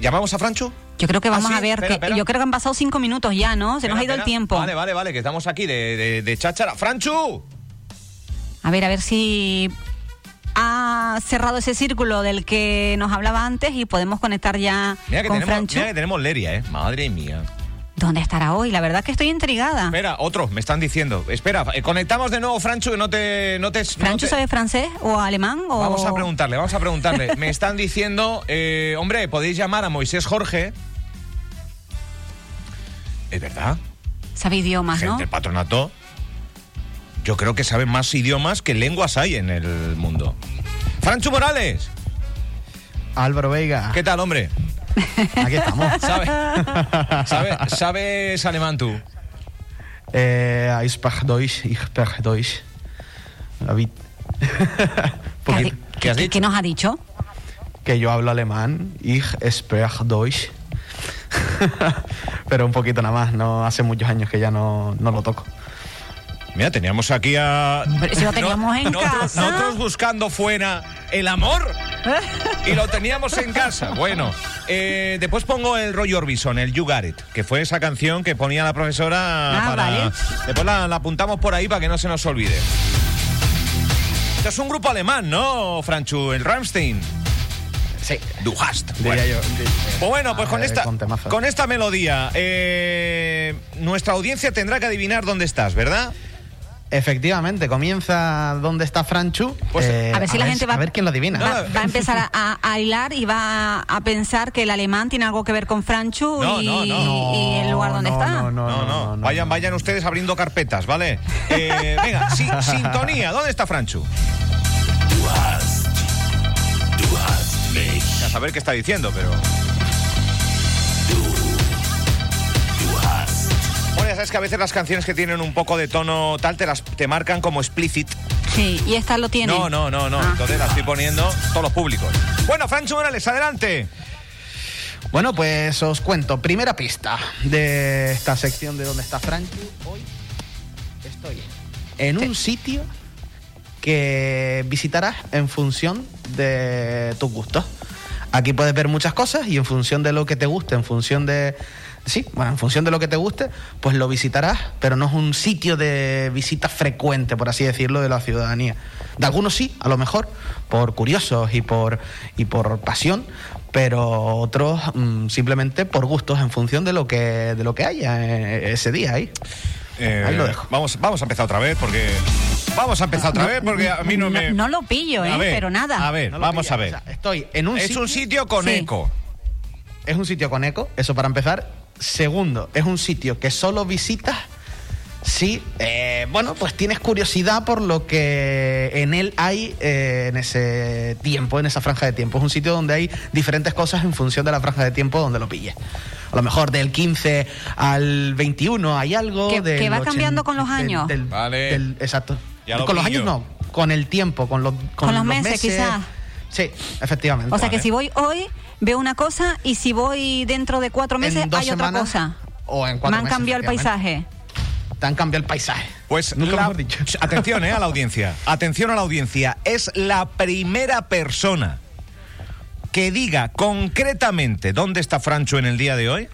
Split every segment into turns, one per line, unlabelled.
¿Llamamos a Francho?
Yo creo que
Ah,
vamos
sí,
a ver,
espera,
que
espera.
yo creo que han pasado cinco minutos ya, ¿no? Se nos
Espera,
ha ido el
espera.
tiempo.
Vale, vale, vale, que estamos aquí de, de, de cháchara. ¡Franchu!
A ver, a ver si ha cerrado ese círculo del que nos hablaba antes y podemos conectar ya
Mira que,
con
tenemos,
Franchu. Ah.
mira que tenemos Leria, ¿eh? Madre mía.
¿Dónde estará hoy? La verdad que estoy intrigada.
Espera, otros me están diciendo. Espera, eh, conectamos de nuevo, Franchu, que no te... No te no
¿Franchu
te-
sabe francés o alemán? O...
Vamos a preguntarle, vamos a preguntarle. me están diciendo, eh, hombre, podéis llamar a Moisés Jorge. Es verdad,
Sabe idiomas,
gente
¿no?
del patronato. Yo creo que saben más idiomas que lenguas hay en el mundo. Franchu Morales,
Álvaro Veiga,
¿qué tal, hombre?
aquí estamos.
¿Sabes? ¿Sabes, sabes alemán tú?
Eh, ich spreche Deutsch, ich spreche Deutsch. David,
¿Qué, ha
Porque-
di-
¿qué has
qué-
dicho?
qué nos ha dicho?
que yo hablo alemán, ich spreche Deutsch. Pero un poquito nada más, no hace muchos años que ya no, no lo toco.
Mira, teníamos aquí a.
Pero si lo teníamos en
nosotros-
casa.
Nosotros buscando fuera el amor. Y lo teníamos en casa. Bueno, eh, después pongo el Roy Orbison, el You Got It, que fue esa canción que ponía la profesora
Ah,
para.
vale.
Después la, la apuntamos por ahí para que no se nos olvide. Esto es un grupo alemán, ¿no, Franchu? El Rammstein.
Sí,
Du hast.
diría yo.
Bueno, pues
Ah,
con
eh,
esta,
con temazo.
con esta melodía, eh, nuestra audiencia tendrá que adivinar dónde estás, ¿verdad?
Efectivamente, comienza donde está Franchu. Eh,
Pues,
a ver si la gente va-
A ver quién lo adivina.
Va,
no.
va a empezar a, a- a hilar y va a pensar que el alemán tiene algo que ver con Franchu
No,
y,
no, no.
y el lugar donde
No,
está.
no,
No,
no,
no,
no, no,
vayan,
no.
vayan ustedes abriendo carpetas, ¿vale? Eh, venga, sí, sintonía, ¿dónde está Franchu? A saber qué está diciendo, pero. Bueno, ya sabes que a veces las canciones que tienen un poco de tono tal te las te marcan como explicit.
Sí, y esta lo tiene.
No, no, no, no.
Ah.
Entonces las estoy poniendo todos los públicos. Bueno, Franchu Morales, adelante.
Bueno, pues os cuento. Primera pista de esta sección de donde está Franchu. Hoy estoy en un sitio que visitarás en función de tus gustos. Aquí puedes ver muchas cosas y en función de lo que te guste, en función de. Sí, bueno, en función de lo que te guste, pues lo visitarás, pero no es un sitio de visita frecuente, por así decirlo, de la ciudadanía. De algunos sí, a lo mejor, por curiosos y por, y por pasión, pero otros mm, simplemente por gustos, en función de lo que, de lo que haya eh, ese día ahí.
Eh,
Ahí lo dejo.
Vamos, vamos a empezar otra vez porque. Vamos a empezar otra vez porque a mí no, me.
no lo pillo,
A
¿eh?
ver,
pero nada.
A ver,
No lo
vamos
pilla,
a ver.
o sea, estoy en un
es
sitio,
un sitio con
Sí.
eco.
Es un sitio con eco, eso para empezar. Segundo, es un sitio que solo visitas si, eh, bueno, pues tienes curiosidad por lo que en él hay eh, en ese tiempo, en esa franja de tiempo. Es un sitio donde hay diferentes cosas en función de la franja de tiempo donde lo pilles. A lo mejor del 15 al 21 hay algo.
Que-
del
que va cambiando con los
del-
años.
del-
Vale.
del- exacto.
Ya lo
con los
pillo.
años no, con el tiempo, con los,
Con los meses, quizá.
Sí, efectivamente.
O sea que
Vale.
si voy hoy, veo una cosa y si voy dentro de cuatro meses,
en dos
hay otra
semanas
cosa.
O en cuatro
Me han
meses,
cambiado el
efectivamente.
paisaje.
Te han cambiado el paisaje.
Pues
nunca
la-
mejor dicho.
atención eh, a la audiencia, atención a la audiencia, es la primera persona que diga concretamente dónde está Francho en el día de hoy.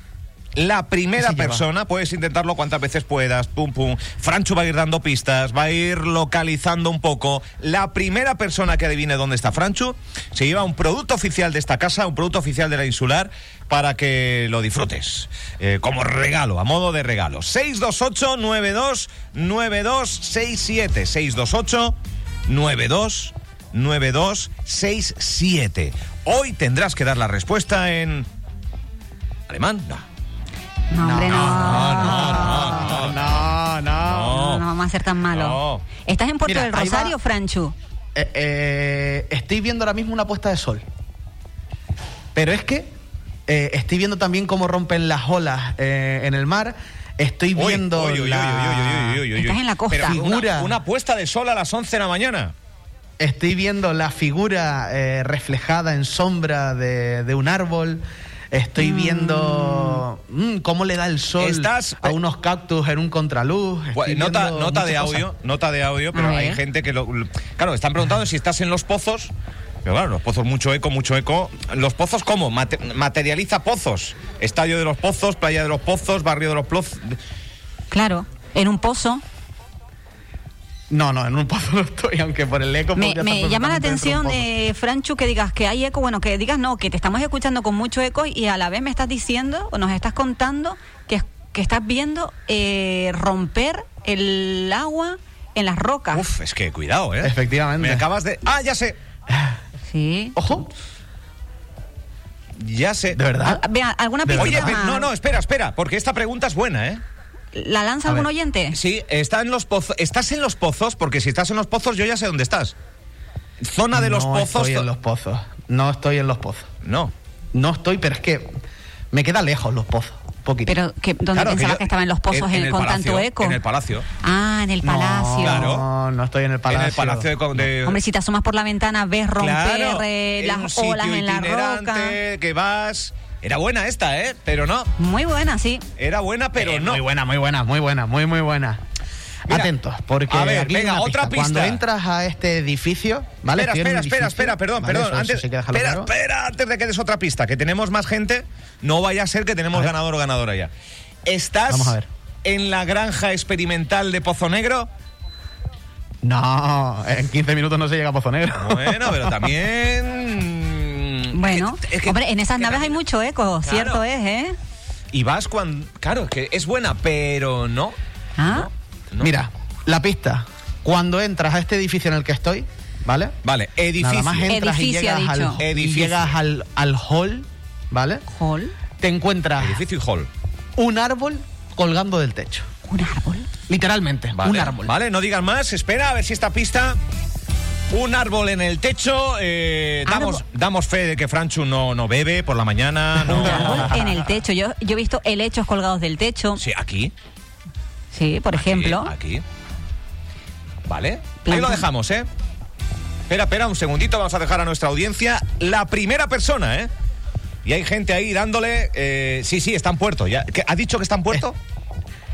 La primera
Ese lleva.
persona, puedes intentarlo cuantas veces puedas, pum pum. Francho va a ir dando pistas, va a ir localizando un poco. La primera persona que adivine dónde está Francho se lleva un producto oficial de esta casa, un producto oficial de la insular, para que lo disfrutes. eh, como regalo, a modo de regalo. 628 929267 628 929267 Hoy tendrás que dar la respuesta en. ¿Alemán? No.
No, hombre, no.
no, no, no.
No, no.
No, no vamos a ser tan malos.
No.
¿Estás en Puerto
Mira,
del
ahí va.
Rosario, Franchu?
Eh, eh, estoy viendo ahora mismo una puesta de sol. Pero es que eh, estoy viendo también cómo rompen las olas eh, en el mar. Estoy
Uy,
viendo.
uy, uy, uy,
la-
uy, uy, uy, uy, uy.
Estás en la costa.
Pero una,
Figura.
una puesta de sol a las 11 de la mañana.
Estoy viendo la figura eh, reflejada en sombra de, de un árbol. Estoy
Mm.
viendo mm, cómo le da el sol
Estás- eh,
a unos cactus en un contraluz. Estoy
Bueno, Pues, Nota,
viendo
nota de
muchas cosas.
audio, nota de audio, pero
A
hay
ver.
gente que lo. Claro, están preguntando si estás en los pozos Pero claro, los pozos, mucho eco, mucho eco. ¿Los pozos cómo? Mate- materializa pozos. Estadio de los pozos, playa de los pozos, barrio de los pozos.
Claro, en un pozo.
No, no, en un pozo no estoy, aunque por el eco.
Me,
podría
me
estar
llama la
perfectamente dentro de un
atención,
pozo.
eh, Franchu, que digas que hay eco, bueno, que digas no, que te estamos escuchando con mucho eco y a la vez me estás diciendo o nos estás contando que, es- que estás viendo eh, romper el agua en las rocas.
Uf, es que cuidado, ¿eh?
Efectivamente.
Me acabas de. ¡Ah, ya sé!
Sí.
Ojo,
Ya sé.
de verdad.
Al- vea, ¿Alguna
¿De
Oye,
pregunta
verdad?
espe-
más?
no, no, espera, espera, porque esta pregunta es buena, ¿eh?
¿La lanza
A
algún
ver.
oyente?
Sí, está en los pozos. ¿Estás en los pozos? Porque si estás en los pozos, yo ya sé dónde estás. Zona de los
no
pozos.
Estoy en los pozos. No estoy en los pozos.
No.
No estoy, pero es que me queda lejos los pozos. Poquito.
Pero que, ¿dónde
Claro,
pensabas
yo-
que, estaban los pozos en- con
palacio,
tanto eco?
En el palacio.
Ah, en el
No,
palacio.
Claro.
No, no estoy en el palacio.
En el palacio de. con- de-
Hombre, si te asomas por la ventana, ves romper
Claro,
eh,
en un
las
sitio
olas en la roca.
itinerante que vas. Era buena esta, ¿eh? Pero no.
Muy buena, sí.
Era buena, pero
Eh,
no.
Muy buena, muy buena, muy buena, muy, muy buena.
Mira,
Atentos, porque
a ver,
aquí hay
venga,
una
otra
Cuando
pista.
entras a este edificio, ¿vale?
espera,
Estoy
espera,
en un
espera,
edificio,
espera, perdón,
¿vale?
perdón.
Eso- eso
antes,
sí hay que dejarlo
espera,
claro.
espera, antes de que des otra pista, que tenemos más gente, no vaya a ser que tenemos
ver.
ganador o ganadora ya. ¿Estás
Vamos a ver.
en la granja experimental de Pozo Negro?
No, en 15 minutos no se llega a Pozo Negro.
Bueno, pero también.
Bueno,
Es que- es que-
hombre, en esas
que
naves hay
también-
mucho eco, cierto es, ¿eh?
Y vas cuando. Claro, que es buena, pero no.
¿Ah?
no.
Mira, la pista. Cuando entras a este edificio en el que estoy, ¿vale?
Vale, edificio.
Nada más ¿eh? entras
Edificio,
y
ha
llegas,
dicho.
al, y
Edificio.
llegas al, al hall, ¿vale?
Hall,
Te encuentras
Edificio y hall.
un árbol colgando del techo.
un árbol.
Literalmente,
Vale,
un árbol.
Vale, no digas más. Espera a ver si esta pista. Un árbol en el techo. eh, damos,
Árbol.
damos fe de que Franchu no, no bebe por la mañana.
Un
No.
árbol en el techo. Yo, yo he visto helechos colgados del techo. Sí,
Sí, aquí.
por
aquí,
ejemplo.
Aquí. Vale. Ahí lo
Planta.
dejamos, ¿eh? Espera, espera, un segundito. Vamos a dejar a nuestra audiencia la primera persona, ¿eh? Y hay gente ahí dándole. eh, sí, sí, está en puerto. Ya. ¿Qué- ¿Ha dicho que está en puerto?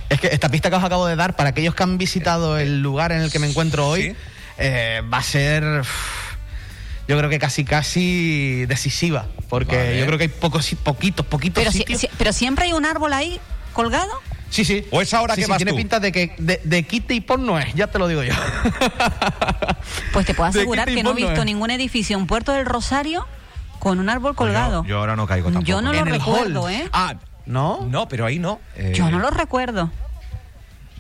Es que esta pista que os acabo de dar, para aquellos que han visitado el lugar en el que me encuentro hoy,
Eh, Sí.
eh, va a ser. uf, Yo creo que casi, casi decisiva. Porque
Vale.
yo creo que hay pocos, si- poquitos, poquitos
Pero, si-
sitios.
si- pero siempre hay un árbol ahí colgado.
sí, sí.
¿O es ahora
Sí,
que
sí,
vas
tiene
tú?
pinta de que de, de quite y pon no es, ya te lo digo yo.
Pues te puedo
¿De qué
asegurar
te
que no he
importa?
visto ningún edificio en Puerto del Rosario con un árbol colgado.
Pues Yo, yo ahora no caigo
Yo
tampoco.
no lo
en el
recuerdo,
hall.
¿eh?
Ah,
¿No?
no, pero ahí no. eh,
Yo no lo recuerdo.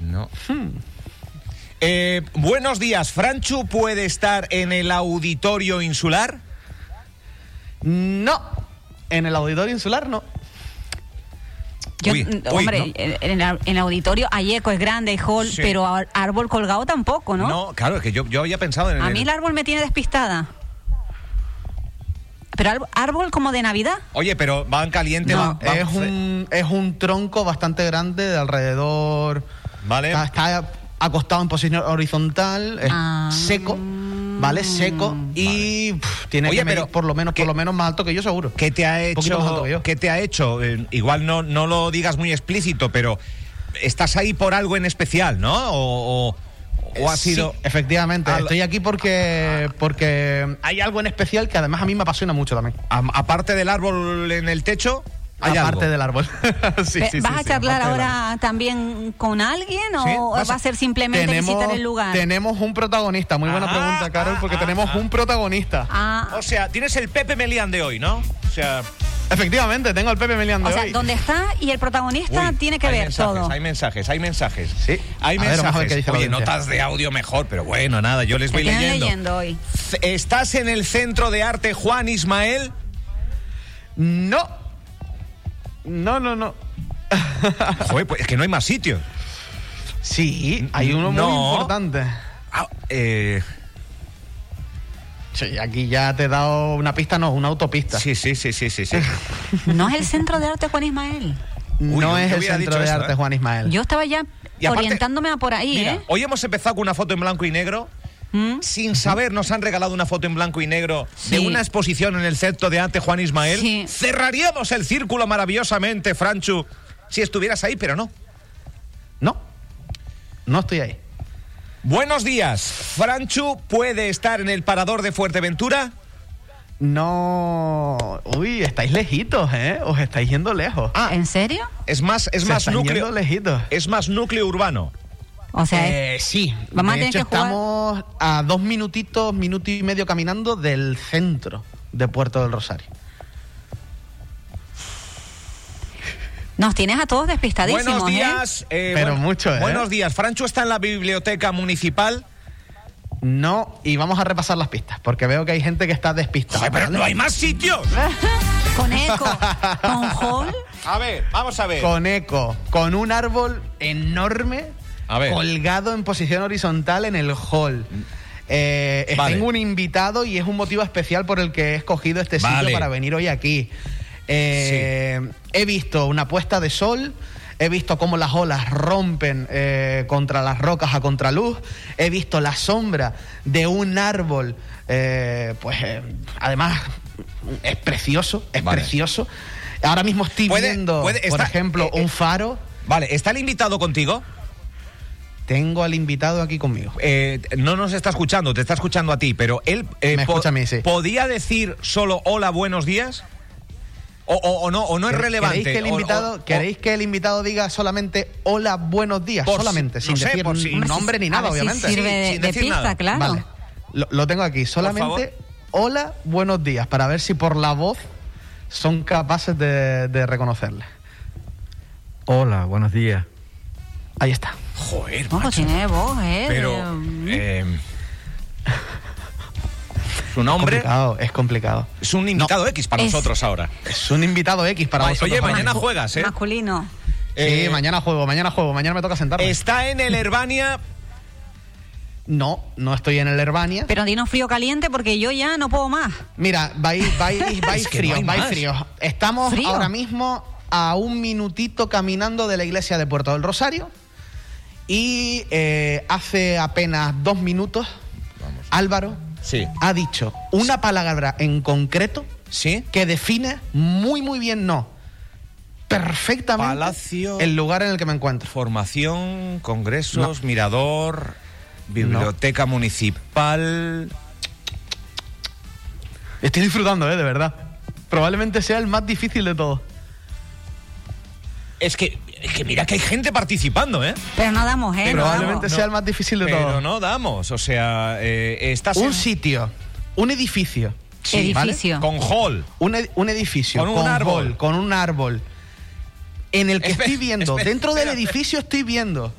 No.
Hmm.
Eh, buenos días, Franchu puede estar en el auditorio insular.
No. En el auditorio insular no.
Yo,
Uy,
mm,
uy,
hombre,
no.
en, en el- en el auditorio hay eco, es grande, hay hall,
Sí.
pero ar- árbol colgado tampoco, ¿no?
claro, es que yo, yo había pensado en el.
A mí el árbol me tiene despistada. Pero ar- árbol como de Navidad.
Oye, pero van caliente.
No.
va- va-
es, un,
eh.
es un tronco bastante grande de alrededor.
Vale.
Está, está acostado en posición horizontal, es
Ah.
seco, ¿vale? Seco. Y pf, tiene
Oye,
que medir
pero
por lo menos,
¿qué-
por lo menos más alto que yo, seguro.
¿Qué te ha
poquito más alto
hecho?
que yo.
¿Qué te ha hecho? Eh, igual no, no lo digas muy explícito, pero estás ahí por algo en especial, ¿no? O, o- o ha
Eh, Sí,
sido. Ah,
efectivamente.
Al-
Estoy aquí porque, porque hay algo en especial que además a mí me apasiona mucho también.
a- aparte del árbol en el techo, hay
aparte
algo.
del árbol. Sí,
Ve-
sí,
¿Vas
sí,
a charlar
sí, aparte del árbol.
ahora también con alguien
Sí,
o
vas a-
va a ser simplemente visitar el lugar?
tenemos un protagonista. Muy buena
Ah,
pregunta, Carol, porque
ah,
tenemos
ah.
un protagonista.
Ah,
O sea, tienes el Pepe Melian de hoy, ¿no? O sea.
Efectivamente, tengo al Pepe Melián de
o sea,
hoy.
donde está y el protagonista
Uy,
tiene que
hay
ver
mensajes,
todo.
Hay mensajes, hay mensajes.
Sí.
Hay
A ver,
mensajes.
vamos a ver qué dice la
Oye,
audiencia.
notas de audio mejor, pero bueno, nada, yo les
Te
voy
tienen
leyendo.
leyendo hoy.
C- ¿Estás en el Centro de Arte Juan Ismael?
No. No, no, no.
Joder, pues es que no hay más sitios.
Sí, hay uno
No.
muy importante.
Ah, eh,
Sí, aquí ya te he dado una pista, no, una autopista.
sí, sí, sí, sí, sí, sí.
No es el centro de arte Juan Ismael.
Uy, yo
no es el
hubiera
centro
dicho
de
eso,
arte
¿eh?
Juan Ismael.
Yo estaba ya
Y aparte-
orientándome a por ahí,
Mira,
¿eh?
hoy hemos empezado con una foto en blanco y negro.
¿Mm?
Sin saber, nos han regalado una foto en blanco y negro de
Sí.
una exposición en el Centro de Arte Juan Ismael.
Sí.
Cerraríamos el círculo maravillosamente, Franchu, si estuvieras ahí, pero no.
No. No estoy ahí.
Buenos días. ¿Franchu puede estar en el parador de Fuerteventura?
no. Uy, estáis lejitos, ¿eh? Os estáis yendo lejos.
Ah,
¿En serio?
es más, es
Se
más
están
núcleo.
yendo lejitos.
Es más núcleo urbano.
O sea, es-
Eh, sí,
Vamos a
de
tener
hecho
que jugar-
estamos a dos minutitos, minuto y medio caminando del centro de Puerto del Rosario.
nos tienes a todos despistadísimos.
Buenos
¿eh?
días. eh,
Pero
bueno-
mucho, ¿eh?
Buenos días. Francho está en la biblioteca municipal.
No, y vamos a repasar las pistas, porque veo que hay gente que está despistada.
Joder, pero
¿vale?
no hay más sitios.
Ah.
Con eco, con hall.
A ver, vamos a ver.
Con eco, con un árbol enorme
A ver.
colgado en posición horizontal en el hall. Eh, es-
Vale.
Tengo un invitado y es un motivo especial por el que he escogido este
Vale.
sitio para venir hoy aquí. Eh, He visto una puesta de sol. He visto cómo las olas rompen eh, contra las rocas a contraluz. He visto la sombra de un árbol. eh, pues eh, además es precioso, es
Vale.
precioso. Ahora mismo estoy
Puede-
viendo,
puede-
por
está-
ejemplo,
eh, eh.
un faro.
Vale, ¿está el invitado contigo?
Tengo al invitado aquí conmigo.
Eh, no nos está escuchando, te está escuchando a ti, pero él eh,
Me escucha a mí, sí.
podía decir solo hola, buenos días. O, o- o no, o no es
¿Quere-
relevante.
¿Queréis que el
O- o-
invitado,
o-
queréis que el invitado diga solamente hola, buenos días?
Por si-
solamente,
no
sin
sé,
decir
por si-
n- nombre ni nada,
a ver si
obviamente.
sirve
Sí,
de-
sin
de,
decir
pista,
nada.
claro.
Vale. Lo, lo tengo aquí.
favor.
Solamente hola, buenos días, para ver si por la voz son capaces de, de reconocerle.
Hola, buenos días.
Ahí está.
Joder,
No, pues
macho,
tiene voz, ¿eh?
pero.
De-
eh, su
Es
nombre
complicado, es complicado.
es un invitado X para
Es-
nosotros ahora.
Es un invitado X para
Oye,
vosotros.
mañana
Juan.
juegas, ¿eh?
Masculino.
Eh,
Sí, mañana juego, mañana juego, mañana me toca sentarme.
Está en el Herbania.
No, no estoy en el Herbania.
Pero dinos frío caliente porque yo ya no puedo más.
Mira, vais, vais, vais
Es que no
frío,
hay
vais
más.
frío. Estamos
Frío.
ahora mismo a un minutito caminando de la iglesia de Puerto del Rosario. Y eh, hace apenas dos minutos, Álvaro
Sí.
ha dicho una palabra en concreto
¿Sí?
que define muy, muy bien, no, perfectamente
Palacio-
el lugar en el que me encuentro.
Formación, congresos, mirador, biblioteca municipal.
Estoy disfrutando, ¿eh? De verdad. Probablemente sea el más difícil de todos.
Es que, es que mira que hay gente participando, ¿eh?
Pero no damos, ¿eh?
Pero
No
Probablemente
damos.
sea el más difícil de todos.
Pero no damos, o sea, eh, estás
un
en-
sitio, un edificio.
Sí,
¿vale?
Edificio.
con hall.
Un, ed- un edificio.
Con un árbol.
hall, con un árbol. En el que
Espera,
estoy viendo,
espera,
dentro del
espera.
edificio estoy viendo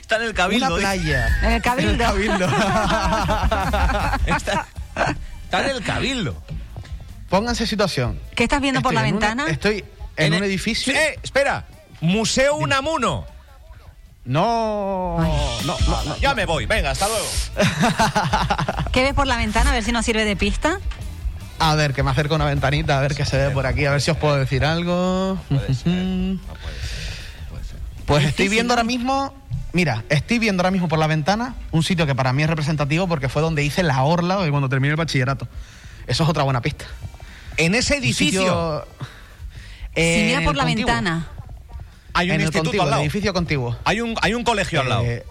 Está en el
una playa.
En el cabildo.
Está, está en el cabildo.
Pónganse en situación.
¿Qué estás viendo por
Estoy
la
en una-
ventana?
estoy en, un edificio.
Eh, espera. Museo Unamuno.
No, no, no, no.
Ya me voy, venga, hasta luego.
¿Qué ves por la ventana? A ver si nos sirve de pista.
A ver, que me acerco a una ventanita, a ver qué se ve por aquí, a ver si os puedo decir algo. Pues estoy viendo ahora mismo, mira, estoy viendo ahora mismo por la ventana un sitio que para mí es representativo porque fue donde hice la orla hoy cuando terminé el bachillerato. Eso es otra buena pista.
En ese
Un sitio,
edificio
eh,
si mira
en
por
el
la
contiguo.
ventana.
hay
En
un
el
instituto
contiguo,
al
el
lado.
edificio contiguo.
Hay un, hay un colegio al lado.
Eh,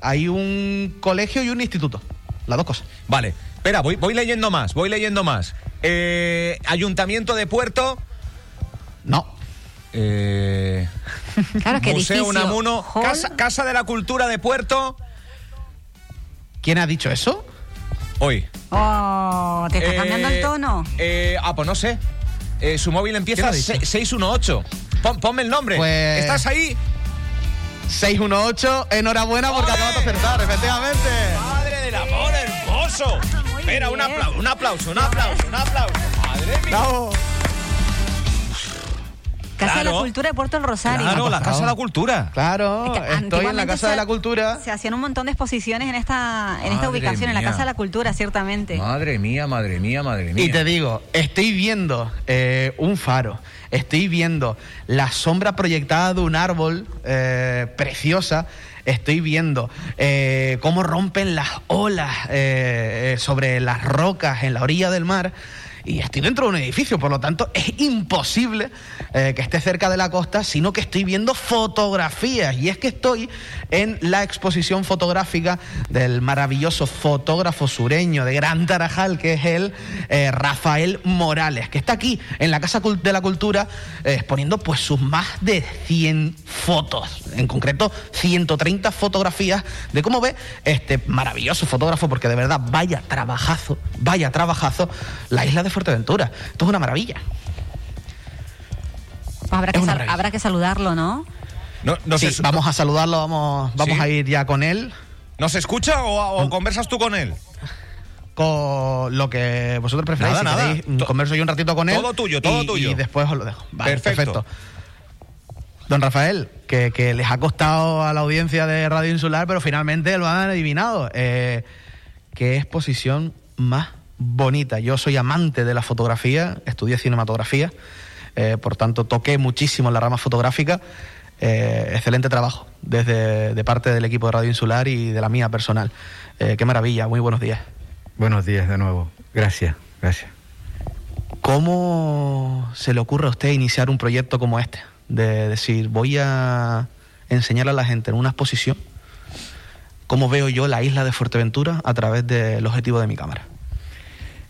hay un colegio y un instituto. Las dos cosas.
Vale, espera, voy, voy leyendo más, voy leyendo más. Eh, Ayuntamiento de Puerto.
No.
eh,
Claro, es que
Museo
edificio.
Unamuno.
hall.
Casa, Casa de la Cultura de Puerto.
¿Quién ha dicho eso?
Hoy.
Oh, te está
Eh,
cambiando el tono.
eh, ah, pues no sé. Eh, su móvil empieza
¿Quién lo ha dicho?
se- 618. Pon- ponme el nombre.
Pues-
¿Estás ahí?
618, enhorabuena porque
¡Ole!
acabas de acertar, efectivamente.
¡Madre del amor hermoso!
Muy
Espera, un
bien.
aplauso, un aplauso, un aplauso, un aplauso. ¡Madre mía!
Bravo.
Casa de la
claro.
Cultura de Puerto del Rosario.
Claro, la
Claro.
Casa de la Cultura.
Claro,
Es que
estoy en la
antiguamente
Casa
se-
de la Cultura.
Se hacían un montón de exposiciones en esta, en
Madre
esta ubicación, en la
mía.
Casa de la Cultura, ciertamente.
Madre mía, madre mía, madre mía.
Y te digo, estoy viendo eh, un faro, estoy viendo la sombra proyectada de un árbol eh, preciosa, estoy viendo eh, cómo rompen las olas eh, eh, sobre las rocas en la orilla del mar. y estoy dentro de un edificio, por lo tanto es imposible eh, que esté cerca de la costa, sino que estoy viendo fotografías y es que estoy en la exposición fotográfica del maravilloso fotógrafo sureño de Gran Tarajal, que es él, eh, Rafael Morales, que está aquí en la Casa Cul- de la Cultura eh, exponiendo pues sus más de 100 fotos, en concreto 130 fotografías de cómo ve este maravilloso fotógrafo, porque de verdad vaya trabajazo, vaya trabajazo, la isla de Fuerteventura. Esto es una maravilla.
Pues habrá,
Es
que sal-
una maravilla.
habrá que saludarlo, ¿no?
No, no
Sí,
se, es-
vamos a saludarlo, vamos, vamos
Sí.
a ir ya con él,
¿Nos escucha o, o conversas tú con él?
con lo que vosotros preferáis.
Nada,
si
nada.
queréis, mm,
To-
converso yo un ratito con él.
todo tuyo, todo
y-
tuyo.
Y después os lo dejo. Vale,
Perfecto.
perfecto. Don Rafael, que, que les ha costado a la audiencia de Radio Insular, pero finalmente lo han adivinado. Eh, ¿Qué exposición más bonita? Yo soy amante de la fotografía, estudié cinematografía, eh, por tanto toqué muchísimo la rama fotográfica. Eh, excelente trabajo desde de parte del equipo de Radio Insular y de la mía personal. Eh, qué maravilla, muy buenos días.
Buenos días de nuevo. Gracias, gracias.
¿Cómo se le ocurre a usted iniciar un proyecto como este? De decir, voy a enseñar a la gente en una exposición cómo veo yo la isla de Fuerteventura a través del objetivo de mi cámara.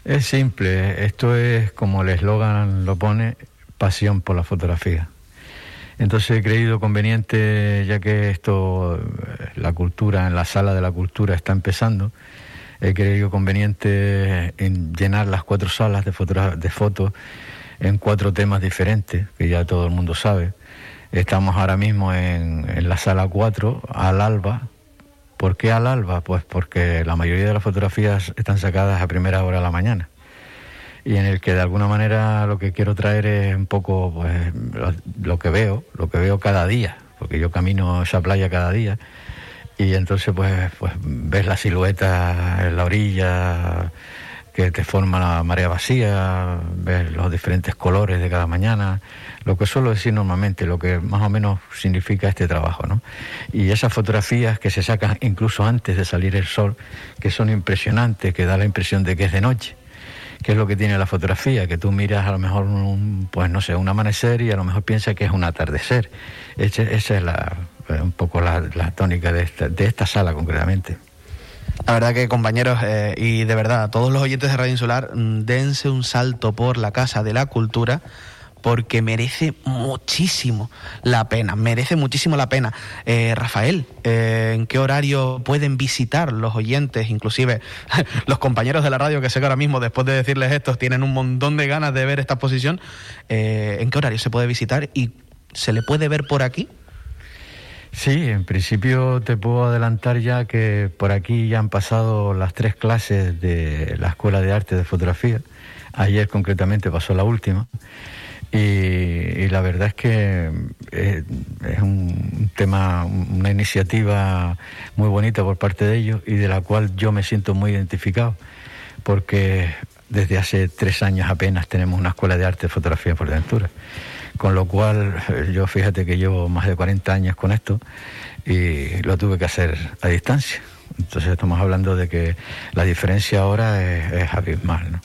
Es simple, esto es como el eslogan lo pone, pasión por la fotografía. Entonces he creído conveniente, ya que esto, eh, la cultura, en la sala de la cultura está empezando, he creído conveniente en llenar las cuatro salas de, fotogra- de fotos en cuatro temas diferentes, que ya todo el mundo sabe. Estamos ahora mismo en, en la sala 4, al alba. ¿Por qué al alba? Pues porque la mayoría de las fotografías están sacadas a primera hora de la mañana y en el que de alguna manera lo que quiero traer es un poco pues, lo, lo que veo, lo que veo cada día, porque yo camino esa playa cada día y entonces pues, pues ves la silueta en la orilla que te forma la marea vacía, ves los diferentes colores de cada mañana, lo que suelo decir normalmente, lo que más o menos significa este trabajo, ¿no? Y esas fotografías que se sacan incluso antes de salir el sol, que son impresionantes, que da la impresión de que es de noche que es lo que tiene la fotografía, que tú miras a lo mejor un, pues no sé, un amanecer y a lo mejor piensas que es un atardecer. Ese- esa es la, eh, un poco la, la tónica de esta, de esta sala concretamente.
La verdad que compañeros, eh, y de verdad, a todos los oyentes de Radio Insular, mm, dense un salto por la Casa de la Cultura porque merece muchísimo la pena, merece muchísimo la pena. Eh, Rafael, eh, ¿en qué horario pueden visitar los oyentes, inclusive los compañeros de la radio, que sé que ahora mismo, después de decirles esto, tienen un montón de ganas de ver esta exposición? Eh, ¿En qué horario se puede visitar y se le puede ver por aquí?
Sí, en principio te puedo adelantar ya que por aquí ya han pasado las tres clases de la Escuela de Arte de Fotografía. Ayer concretamente pasó la última. Y, y la verdad es que eh, es un tema, una iniciativa muy bonita por parte de ellos y de la cual yo me siento muy identificado, porque desde hace tres años apenas tenemos una escuela de arte de fotografía en Fuerteventura. Con lo cual, eh, yo fíjate que llevo más de 40 años con esto y lo tuve que hacer a distancia. Entonces estamos hablando de que la diferencia ahora es, es abismal, ¿no?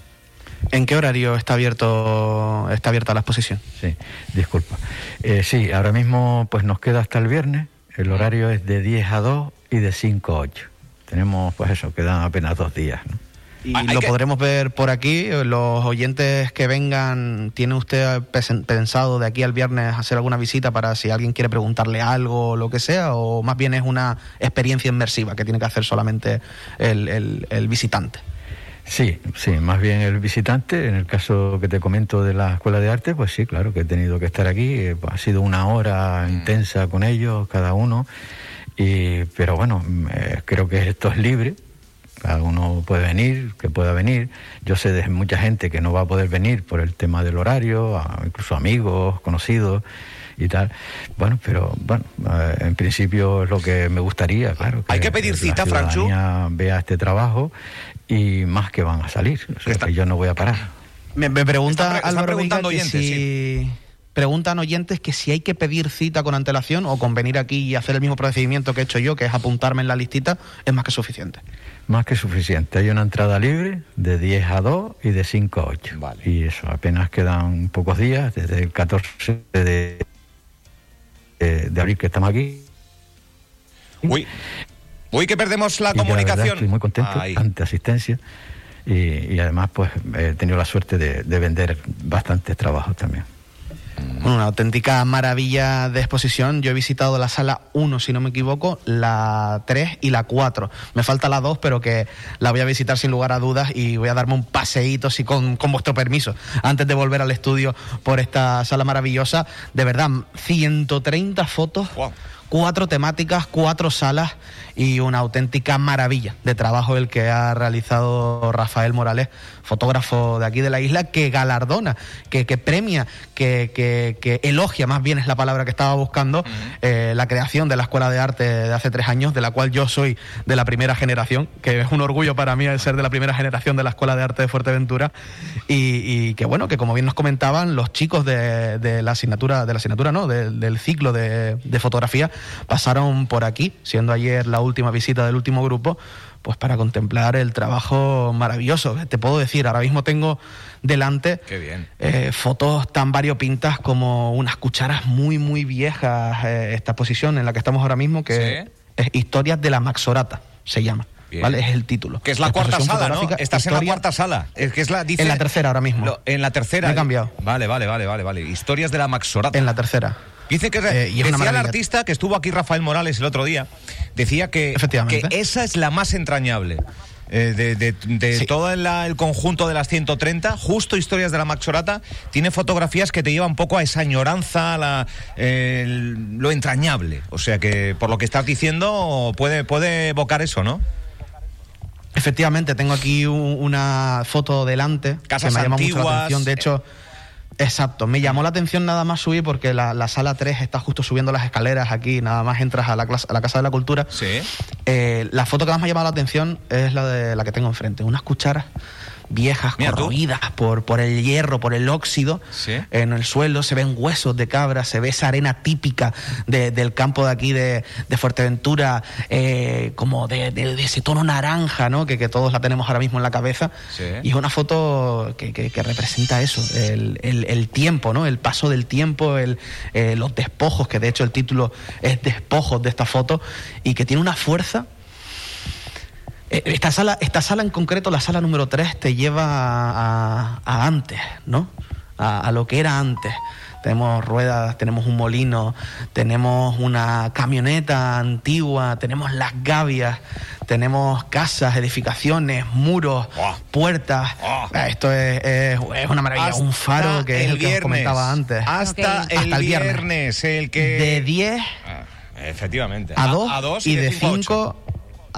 ¿En qué horario está, abierto, está abierta la exposición?
Sí, disculpa. Eh, sí, ahora mismo pues nos queda hasta el viernes. El horario es de 10 a 2 y de 5 a 8. Tenemos pues eso, quedan apenas dos días, ¿no?
Y
Hay- hay
lo
que-
podremos ver por aquí. Los oyentes que vengan, ¿tiene usted pes- pensado de aquí al viernes hacer alguna visita para si alguien quiere preguntarle algo o lo que sea? ¿O más bien es una experiencia inmersiva que tiene que hacer solamente el, el- el visitante?
Sí, sí, más bien el visitante, en el caso que te comento de la Escuela de Arte, pues sí, claro que he tenido que estar aquí, eh, ha sido una
Mm.
hora intensa con ellos, cada uno, y, pero bueno, mm, eh, creo que esto es libre, cada uno puede venir, que pueda venir, yo sé de mucha gente que no va a poder venir por el tema del horario, a- incluso amigos, conocidos y tal, bueno, pero bueno, eh, en principio es lo que me gustaría, claro.
Hay que pedir
la
cita, Franchu.
ciudadanía vea este trabajo y más que van a salir. O sea,
Está-
que yo no voy a parar.
Me, me pregunta
Están pre- están
Álvaro Veiga
preguntando
que
oyentes,
si, Preguntan oyentes que si hay que pedir cita con antelación o con venir aquí y hacer el mismo procedimiento que he hecho yo, que es apuntarme en la listita, es más que suficiente.
Más que suficiente. Hay una entrada libre de 10 a 2 y de 5 a 8.
Vale.
Y eso, apenas quedan pocos días, desde el 14 de, de, de abril que estamos aquí.
Uy. Uy, que perdemos la
Y que verdad
comunicación.
estoy muy contento,
Ahí.
ante asistencia. Y, y además, pues he tenido la suerte de, de vender bastantes trabajos también.
Bueno, una auténtica maravilla de exposición. Yo he visitado la sala 1, si no me equivoco, la 3 y la 4. Me falta la 2, pero que la voy a visitar sin lugar a dudas y voy a darme un paseíto, sí, con, con vuestro permiso, antes de volver al estudio por esta sala maravillosa. De verdad, 130 fotos.
Guau.
Cuatro temáticas, cuatro salas y una auténtica maravilla de trabajo el que ha realizado Rafael Morales, fotógrafo de aquí de la isla, que galardona, que, que premia, que, que- que elogia, más bien es la palabra que estaba buscando, eh, la creación de la Escuela de Arte de hace tres años, de la cual yo soy de la primera generación, que es un orgullo para mí el ser de la primera generación de la Escuela de Arte de Fuerteventura, y, y que bueno, que como bien nos comentaban, los chicos de, de la asignatura, de la asignatura no, de- del ciclo de, de fotografía, pasaron por aquí, siendo ayer la última visita del último grupo, pues para contemplar el trabajo maravilloso. Te puedo decir, ahora mismo tengo delante
Qué bien.
eh, fotos tan variopintas como unas cucharas muy, muy viejas, eh, esta posición en la que estamos ahora mismo, que
Sí.
es Historias de la Maxorata, se llama.
Bien.
¿Vale? Es el título.
Que es la cuarta
Exposición
sala, ¿no?
fotográfica,
Estás en la
Historia-
cuarta sala. Es que es la, dice-
En la tercera ahora mismo.
Lo- en la tercera.
Me he cambiado.
Vale, vale, vale, vale, vale. Historias de la Maxorata.
En la tercera.
Dice que
Eh, y es una
decía el
maravilla.
artista que estuvo aquí Rafael Morales el otro día, decía que,
Efectivamente.
que esa es la más entrañable. eh, de de- de
Sí.
todo la- el conjunto de las 130, justo Historias de la Maxorata, tiene fotografías que te llevan un poco a esa añoranza, a la, el- lo entrañable. O sea que por lo que estás diciendo puede, puede evocar eso, ¿no?
Efectivamente, tengo aquí un- una foto delante
Casas
que me llama mucho
antiguas, eh.
la atención. De hecho, exacto, me llamó la atención nada más subir porque la, la sala 3 está justo subiendo las escaleras aquí, nada más entras a la, clas- a la Casa de la Cultura.
Sí.
Eh, la foto que más me ha llamado la atención es la de la que tengo enfrente, unas cucharas viejas,
Mira tú.
corroídas por, por el hierro, por el óxido,
Sí.
en el suelo se ven huesos de cabra, se ve esa arena típica de- del campo de aquí de, de Fuerteventura, eh, como de, de- de ese tono naranja, ¿no? Que, que todos la tenemos ahora mismo en la cabeza.
Sí.
Y es una foto que, que- que representa eso, el, el- el tiempo, ¿no? El paso del tiempo, el, eh, los despojos, que de hecho el título es Despojos de esta foto, y que tiene una fuerza. Eh, Esta sala, esta sala en concreto, la sala número 3, te lleva a, a- a antes, ¿no? A, a lo que era antes. Tenemos ruedas, tenemos un molino, tenemos una camioneta antigua, tenemos las gavias, tenemos casas, edificaciones, muros,
Buah.
puertas.
Buah.
Ah, Esto es, es- es una maravilla. un faro
Hasta
que es el, que os
viernes.
comentaba antes.
Hasta,
Ok.
el,
Hasta el
viernes.
viernes.
el que...
De 10
Ah, Efectivamente.
a 2
dos
y, de
cinco a ocho.
5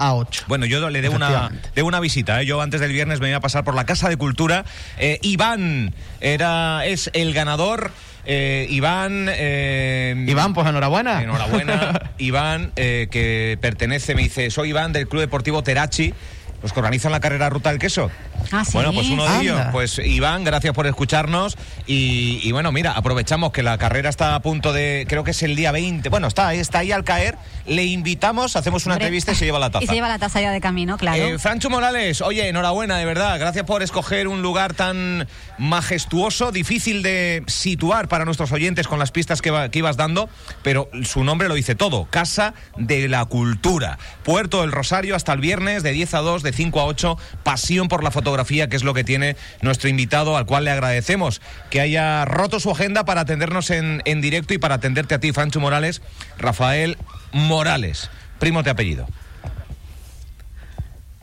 a 8.
Bueno, yo le debo una,
Efectivamente.
debo una visita. ¿eh? Yo antes del viernes me iba a pasar por la Casa de Cultura. Eh, Iván era, es el ganador. Eh, Iván. eh,
Iván, pues enhorabuena.
Enhorabuena. Iván, eh, que pertenece, me dice, soy Iván del Club Deportivo Terachi. Los que organizan la carrera Ruta del Queso.
Ah, sí.
Bueno, pues uno de
Anda.
ellos, pues Iván, gracias por escucharnos. Y, y bueno, mira, aprovechamos que la carrera está a punto de, creo que es el día 20. Bueno, está, ahí- está ahí al caer. Le invitamos, hacemos una
Hombre.
entrevista y se lleva la taza.
Y se lleva la taza ya de camino, claro.
Eh, Francho Morales, oye, enhorabuena, de verdad. Gracias por escoger un lugar tan majestuoso, difícil de situar para nuestros oyentes con las pistas que, va- que ibas dando, pero su nombre lo dice todo: Casa de la Cultura. Puerto del Rosario hasta el viernes, de 10 a 2, de 5 a 8. Pasión por la fotografía, que es lo que tiene nuestro invitado, al cual le agradecemos que haya roto su agenda para atendernos en, en directo y para atenderte a ti, Francho Morales, Rafael Morales. Primo de apellido.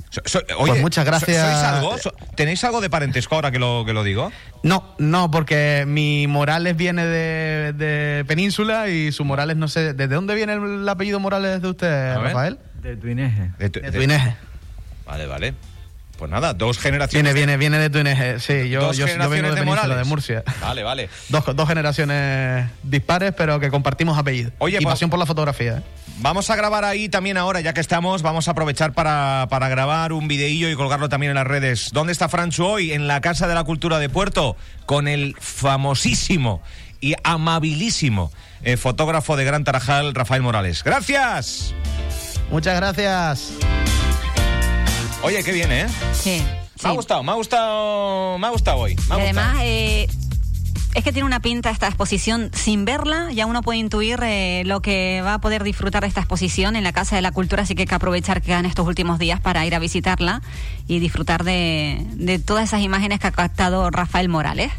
So- so- oye,
Pues muchas gracias.
so- ¿sois algo? So- ¿Tenéis algo de parentesco ahora que lo, que lo digo?
No, no, porque mi Morales viene de, de Península y su Morales no sé. ¿Desde dónde viene el apellido Morales de usted,
A ver.
Rafael?
De Tuineje.
De tu-
De
de-
Tuineje.
Vale, vale. Pues nada, dos generaciones.
Viene, viene, viene de Tuineje. Sí, yo,
dos
yo, yo vengo
generaciones
de Península, de
Morales.
Murcia.
Vale, vale.
Dos, dos generaciones dispares, pero que compartimos apellido.
Oye,
y
pues-
pasión por la fotografía. ¿eh?
Vamos a grabar ahí también ahora, ya que estamos, vamos a aprovechar para, para grabar un videillo y colgarlo también en las redes. ¿Dónde está Franchu hoy? En la Casa de la Cultura de Puerto, con el famosísimo y amabilísimo eh, fotógrafo de Gran Tarajal, Rafael Morales. ¡Gracias!
Muchas gracias.
Oye, qué bien, ¿eh?
Sí.
Me ha
sí.
gustado, me ha gustado, me ha gustado hoy. me ha
Y además,
gustado.
eh, es que tiene una pinta esta exposición. Sin verla, ya uno puede intuir eh, lo que va a poder disfrutar de esta exposición en la Casa de la Cultura, así que hay que aprovechar que quedan estos últimos días para ir a visitarla y disfrutar de, de todas esas imágenes que ha captado Rafael Morales.